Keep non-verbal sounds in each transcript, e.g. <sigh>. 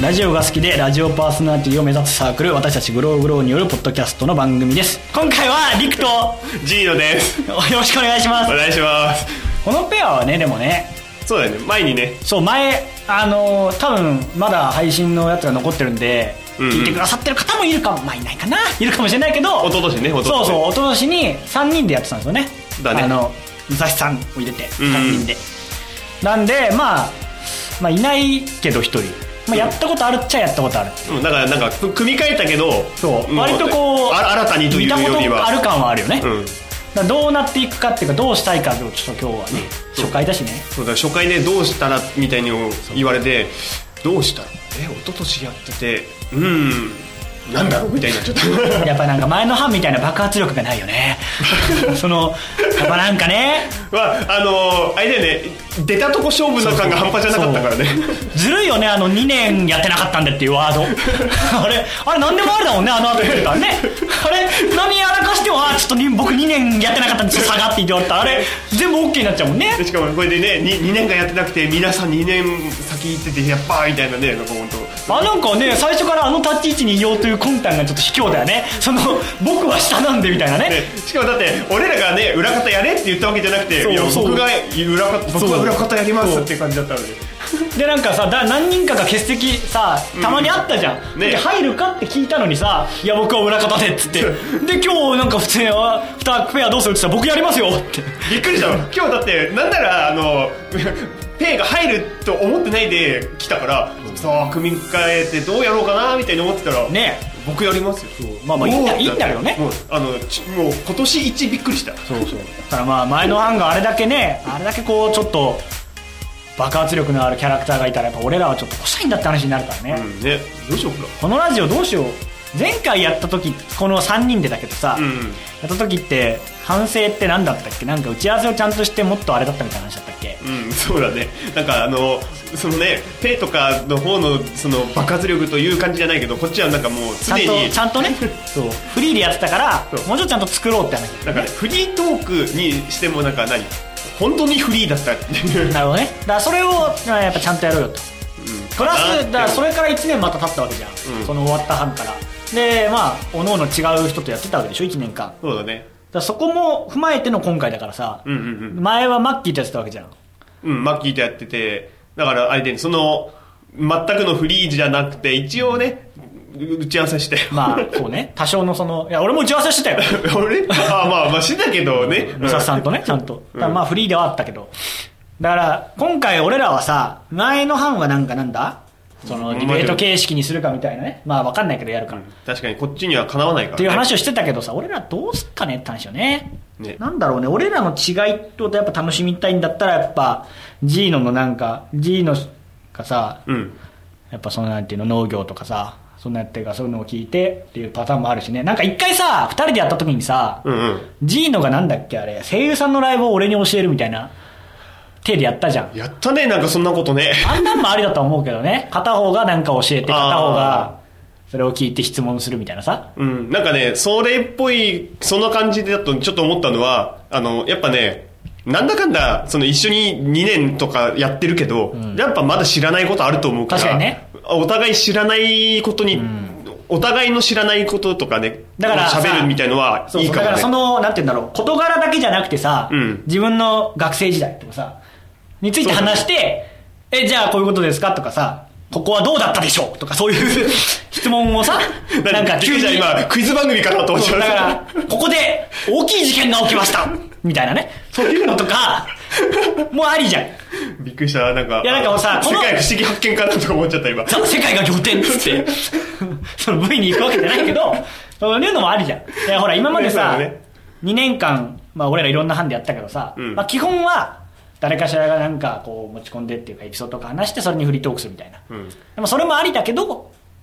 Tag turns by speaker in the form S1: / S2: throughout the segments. S1: ラジオが好きでラジオパーソナリティを目指すサークル私たちグローグローによるポッドキャストの番組です今回はリクと
S2: ジーノです
S1: よろしくお願いしま
S2: お
S1: す
S2: 願いします
S1: このペアはねでもね
S2: そうだよね前にね
S1: そう前あのー多分まだ配信のやつが残ってるんで、
S2: うんうん
S1: 聞いてくださってる方もいるかもまあいないかないるかもしれないけど
S2: 一昨年ね一昨年
S1: そうそう一昨年に3人でやってたんですよね
S2: だね
S1: あの武蔵さんを入れて
S2: うんうん
S1: 3人で、なんで、まあ、まあいないけど1人、まあ、やったことあるっちゃやったことある、
S2: うんだからなんかく組み替えたけど
S1: そう、
S2: ん
S1: 割とこう
S2: あ新たにというよ
S1: 見
S2: り
S1: たこと
S2: は
S1: ある感はあるよね、
S2: うん
S1: だからどうなっていくかっていうかどうしたいかをちょっと今日はね、
S2: そう
S1: 初回だしね
S2: そうだから初回ねどうしたらみたいに言われてどうしたらえ一昨年やっててうんなんだろうみたいになっちゃった <laughs>
S1: やっぱなんか前の班みたいな爆発力がないよねそのやっぱなんかね
S2: まああのーあれだよね出たとこ勝負の感が半端じゃなかったからね
S1: ずるいよねあの2年やってなかったんでっていうワードあれあれ何でもあるだもんねあの後言ったら
S2: <laughs>
S1: ねあれ何やらかしてもあちょっとに僕2年やってなかったんですよ下がって言って言われたらあれ全部 OK になっちゃうもんね
S2: <laughs> でしかもこれでね 2, 年間やってなくて皆さん2年先行っててやっぱーみたいなねなんか本当
S1: あなんかね最初からあの立ち位置にいようという魂胆がちょっと卑怯だよねその <laughs> 僕は下なんでみたいなね
S2: ね、しかもだって俺らがね裏方やれって言ったわけじゃなくて
S1: そう
S2: いや
S1: そう
S2: 僕が裏方僕は裏方やりますって感じだったので
S1: でなんかさだ何人かが欠席さたまにあったじゃん、
S2: ね
S1: で入るかって聞いたのにさ「いや僕は裏方で」っつってで今日なんか普通にあ「2ペアどうする?」って言ったら「僕やりますよ」って
S2: びっくりしたわ今日だってなんならあの <laughs> ペイが入ると思ってないで来たからさあ組み替えてどうやろうかなみたいに思ってたら
S1: ね
S2: 僕やりますよ
S1: まあまあいいんだ
S2: おー
S1: いいんだけどね
S2: もうあのちもう今年一びっくりしたそうそう
S1: だからまあ前の班があれだけねあれだけこうちょっと爆発力のあるキャラクターがいたらやっぱ俺らはちょっとこしゃいんだって話になるからね、
S2: うんねどうしようか
S1: このラジオどうしよう前回やった時この3人でだけどさ、
S2: なうん
S1: やった時って反省って何だったっけなんか打ち合わせをちゃんとしてもっとあれだったみたいな話だったっけ
S2: うん、そうだねなんかあのそのねペイとかの方のその爆発力という感じじゃないけどこっちはなんかもう
S1: ちゃ
S2: 常
S1: ん
S2: に
S1: とちゃん
S2: <laughs>
S1: とねそうフリーでやってたから
S2: そう
S1: もうちょっとちゃんと作ろうって話
S2: なんかねフリートークにしてもなんか何本当にフリーだったっていう
S1: なるほどねだからそれをまあやっぱちゃんとやろうよとプラスだからそれから1年また経ったわけじゃん、
S2: うん
S1: その終わった班からでまあおのおの違う人とやってたわけでしょ1年間だか
S2: そうだね
S1: らそこも踏まえての今回だからさ、
S2: うんうん
S1: 前はマッキーとやってたわけじゃん
S2: うんうんマッキーとやっててだからあれでその全くのフリーじゃなくて一応ね打ち合わせして
S1: まあそう
S2: <laughs>
S1: ね多少のそのいや俺も打ち合わせしてたよ
S2: 俺あまあまあしてたけどね
S1: 武蔵さんとねちゃんとだからまあフリーではあったけどだから今回俺らはさ前の班はなんかなんだそのディベート形式にするかみたいなねまあわかんないけどやるから、っ
S2: 確かにこっちにはかなわないから、ね、
S1: ていう話をしてたけどさ俺らどうすっかねって話よね
S2: ね
S1: なんだろうね俺らの違いとやっぱ楽しみたいんだったらやっぱジーノのなんかジーノがさ
S2: うん
S1: やっぱそのなんていうの農業とかさそんなやってるからそういうのを聞いてっていうパターンもあるしねなんか一回さ二人でやった時にさ、
S2: うんうん
S1: ジーノがなんだっけあれ声優さんのライブを俺に教えるみたいな手でやったじゃん
S2: やったねなんかそんなことね
S1: あんなんもありだとは思うけどね片方がなんか教えて片方
S2: あ
S1: がそれを聞いて質問するみたいなさ
S2: うん、なんかね、それっぽい、その感じだとちょっと思ったのは、あの、やっぱね、なんだかんだ、その一緒に2年とかやってるけど、やっぱまだ知らないことあると思うから、
S1: 確かにね
S2: お互い知らないことに、お互いの知らないこととかね、
S1: だからさ
S2: 喋るみたいのは
S1: そう
S2: いい
S1: そう
S2: か
S1: だか
S2: も
S1: ら
S2: ね
S1: そ。のなんて言うんだろう事柄だけじゃなくてさ、
S2: うん
S1: 自分の学生時代とかさについて話してえじゃあこういうことですかとかさここはどうだったでしょうとかそういう <laughs> 質問をさなんか急に
S2: じゃ今、クイズ番組かなと思っちゃ
S1: そう
S2: う
S1: だから、ここで大きい事件が起きましたみたいなね。そういうのとか、もうありじゃん。
S2: <laughs> びっくりした、なんか。
S1: いやなんかもうさこ
S2: 世
S1: の
S2: 界不思議発見かなとか思っちゃった、今。
S1: さ世界が仰天っつって、その V に行くわけじゃないけど、そういうのもありじゃん。いや、ほら、今までさ、
S2: そうだね
S1: 2年間、まあ俺らいろんな班でやったけどさ、
S2: うん
S1: まあ基本は、誰かしらがなんかこう持ち込んでっていうかエピソードとか話してそれにフリートークするみたいな。
S2: うん
S1: でもそれもありだけど、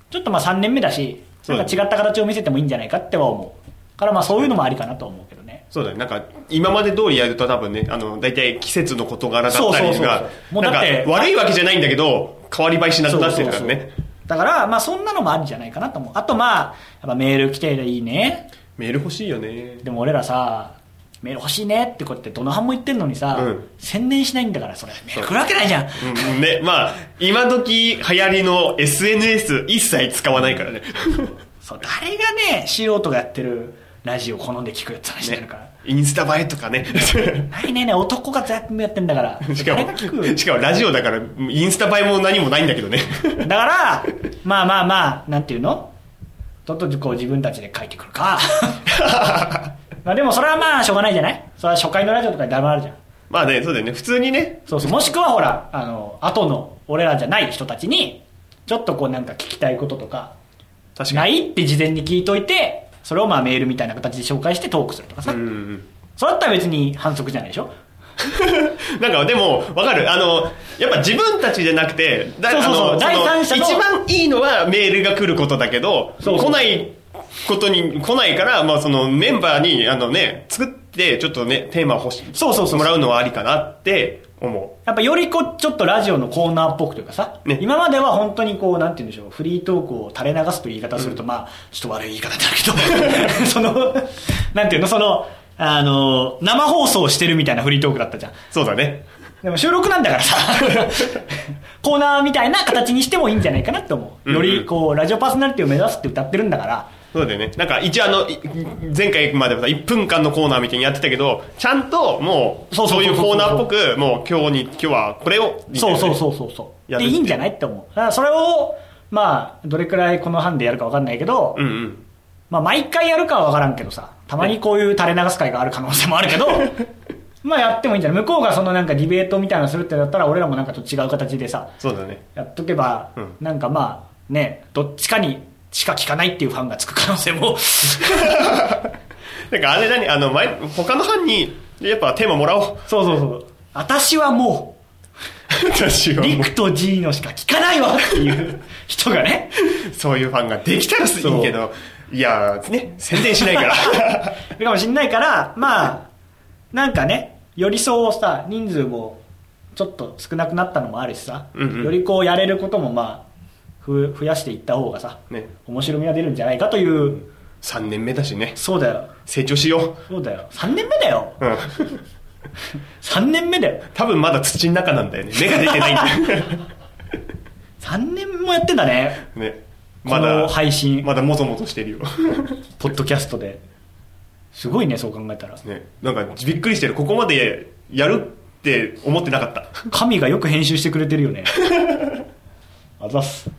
S1: ちょっとまあ3年目だし、なんか違った形を見せてもいいんじゃないかっては思う。からまあそういうのもありかなとは思うけどね。
S2: そうだね、なんか今まで通りやると多分ねあの大体季節の事柄だったり
S1: そう
S2: が
S1: そうそうそうもうだって
S2: なんか悪いわけじゃないんだけど変わり映えしなくなってるか
S1: そ
S2: らね
S1: うそうそうだからまあそんなのもあるんじゃないかなと思うあとまあやっぱメール来ていいね
S2: メール欲しいよね
S1: でも俺らさメール欲しいねってこうやってどの班も言ってんのにさ、
S2: うん
S1: 宣伝しないんだからそれメール来るわけないじゃん
S2: うんね、まあ、今時流行りの SNS 一切使わないか
S1: <laughs>
S2: らね。
S1: そう誰がね素人がやってるラジオ好んで聞くやつ話してるから、
S2: インスタ映え
S1: <laughs>
S2: とかね。
S1: ないねね男が全部やってんだから
S2: しか
S1: 誰が聞
S2: も、
S1: く
S2: しかもラジオだから、インスタ映えも何もないんだけどね。 <laughs>
S1: だからまあまあまあなんていうのちょっとこう自分たちで書いてくる
S2: <laughs>
S1: かまあでもそれはまあしょうがないじゃないそれは初回のラジオとかにだまあるじゃん
S2: まあね、そうだよね。普通にね。
S1: そうそうもしくはほらあの後の俺らじゃない人たちにちょっとこうなんか聞きたいこととか
S2: 確か
S1: な
S2: に。
S1: いって事前に聞いといてそれをまあメールみたいな形で紹介してトークするとかさ、
S2: うんうん。
S1: それだったら別に反則じゃないでしょ
S2: <laughs> なんかでも、わかるあの、やっぱ自分たちじゃなくて、だ
S1: そうそうそう
S2: あの
S1: 第三者の
S2: その一番いいのはメールが来ることだけど、
S1: そうそう
S2: 来ないことに、来ないから、まあそのメンバーに、あのね、作って、ちょっとね、テーマを欲し
S1: そうそうそう
S2: もらうのはありかなって思
S1: やっぱよりこうちょっとラジオのコーナーっぽくというかさ、
S2: ね
S1: 今までは本当にこうなんて言うんでしょうフリートークを垂れ流すという言い方をすると、まあちょっと悪い言い方だけど <laughs> そのなんていうのそのあの生放送してるみたいなフリートークだったじゃん
S2: う。そうだね。
S1: でも収録なんだから <laughs> さコーナーみたいな形にしてもいいんじゃないかなと思うよりこうラジオパーソナリティを目指すって歌ってるんだから
S2: そうだよね。なんか一応あの、い前回まではさ、1分間のコーナーみたいにやってたけど、ちゃんともう、
S1: そうそうそうそう
S2: いうコーナーっぽく、もう今日に、今日はこれを、みたい
S1: そ
S2: な
S1: う
S2: ね
S1: そうそうそうそう
S2: やる
S1: で
S2: って
S1: いいんじゃないって思うだからそれをまあどれくらいこの班でやるか分かんないけど、
S2: うんうん。
S1: まあ毎回やるかは分からんけどさたまにこういう垂れ流す会がある可能性もある <laughs> けどまあやってもいいんじゃない向こうがそのなんかディベートみたいなのするってなったら俺らもなんかちょっと違う形でさ
S2: そうだね。
S1: やっとけば、
S2: うん
S1: なんかまあねどっちかにしか聞かないっていうファンがつく可能性も
S2: <laughs> なんかあれだね、あの、前、他の班に、やっぱテーマもらおう。 <laughs>
S1: そうそうそう私はも
S2: 私
S1: う
S2: は
S1: リ
S2: も
S1: クと G のしか聞かないわっていう人がね
S2: う、そういうファンができたらいい
S1: そう
S2: けど、いやー、ね、宣伝しないから。 <laughs>
S1: いるかもしんないからまあなんかね寄り添うさ人数もちょっと少なくなったのもあるしさ、
S2: うんうん
S1: よりこうやれることもまあふ増やしていった方がさ、
S2: ね
S1: 面白みが出るんじゃないかという
S2: 3年目だしね、
S1: そうだよ
S2: 成長しよ
S1: そうだよ3年目だよ
S2: う。うん。
S1: 3年目だよ
S2: 多分まだ土の中なんだよね。芽が出てないん
S1: <laughs>
S2: だよ。
S1: 3年もやってんだね
S2: ね。
S1: この配信
S2: まだもぞもぞしてるよ。 <laughs>
S1: ポッドキャストですごいねそう考えたら
S2: ね、なんかびっくりしてるここまでやるって思ってなかった
S1: 神がよく編集してくれてるよねあざっす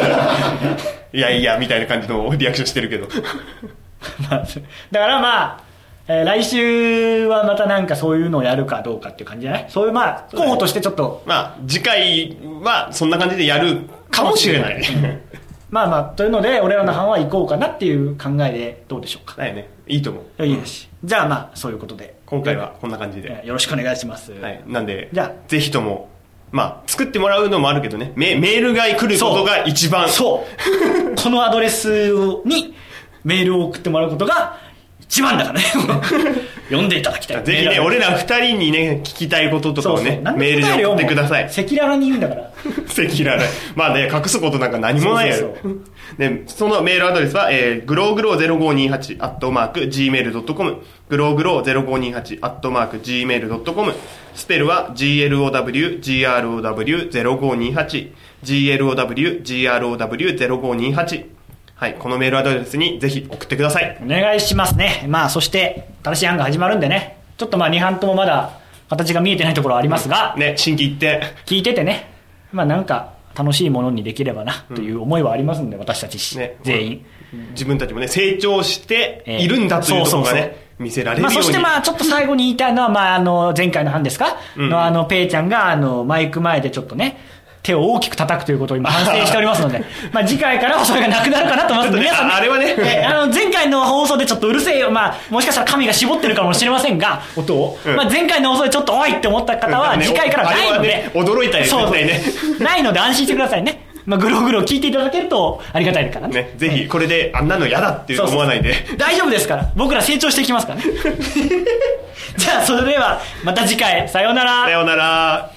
S1: <laughs>
S2: いやいやみたいな感じのリアクションしてるけど <laughs>
S1: まあだからまあ、えー来週はまたなんかそういうのをやるかどうかっていう感じじゃないそういうまあ
S2: うだね
S1: 候補としてちょっと、
S2: まあ次回はそんな感じでやるかもしれない <laughs>
S1: まあまあというので俺らの班は行こうかなっていう考えでどうでしょうか、
S2: だよねいいと思う
S1: い、いですしじゃあまあそういうことで
S2: 今回はこんな感じ
S1: えー
S2: で、
S1: よろしくお願いします、
S2: はい、なんで
S1: じゃ
S2: ぜひともまあ作ってもらうのもあるけどねメメールが来ることが一番
S1: そう
S2: <laughs>
S1: このアドレスにメールを送ってもらうことが一番だからね
S2: <laughs>
S1: 読んでいただきたい
S2: ぜひね俺ら二人にね聞きたいこととかをねメールで送ってください
S1: 赤裸々に言うんだから
S2: 赤裸々まあね隠すことなんか何もないやろ
S1: そうそ
S2: でそのメールアドレスは、えー、グローグロー0528アットマーク gmail.com グローグロー0528アットマーク gmail.com スペルは glowgrow0528 glowgrow0528 はいこのメールアドレスにぜひ送ってください
S1: お願いしますね。まあ、そして、新しい案が始まるんでね、ちょっとまあ、2班ともまだ、形が見えてないところはありますが、
S2: ね新規一点
S1: 聞いててね、まあ、なんか、楽しいものにできればな、という思いはありますんで、私たち、
S2: ね
S1: 全員。
S2: 自分たちもね成長しているんだというところがね、
S1: えーそうそう
S2: 見せられるよ
S1: まあ、
S2: うに、
S1: そしてまあ、ちょっと最後に言いたいのは、まあ、あの、前回の班ですか、
S2: うん
S1: の、あの、ペイちゃんが、あの、マイク前でちょっとね、手を大きく叩くということを今反省しておりますの
S2: <laughs>
S1: で、まあ次回からはそれがなくなるかなと思いますので、
S2: ちょっとね
S1: 皆さん、
S2: ああれはね
S1: えあの、前回の放送でちょっとうるせえよ、まあ、もしかしたら神が絞ってるかもしれませんが、音を。
S2: うん
S1: まあ前回の放送でちょっとおいって思った方は、
S2: うん
S1: 次回からないので、
S2: あれはね驚いたよね
S1: そうそう
S2: 絶
S1: ないので安心してくださいね。まあ、ぐろぐろ聞いていただけるとありがたいからね。
S2: ね、ぜひこれであんなの嫌だっていう思わないで
S1: そうそうそう <laughs> 大丈夫ですから僕ら成長していきますからねじゃあそれではまた次回さようなら
S2: さようなら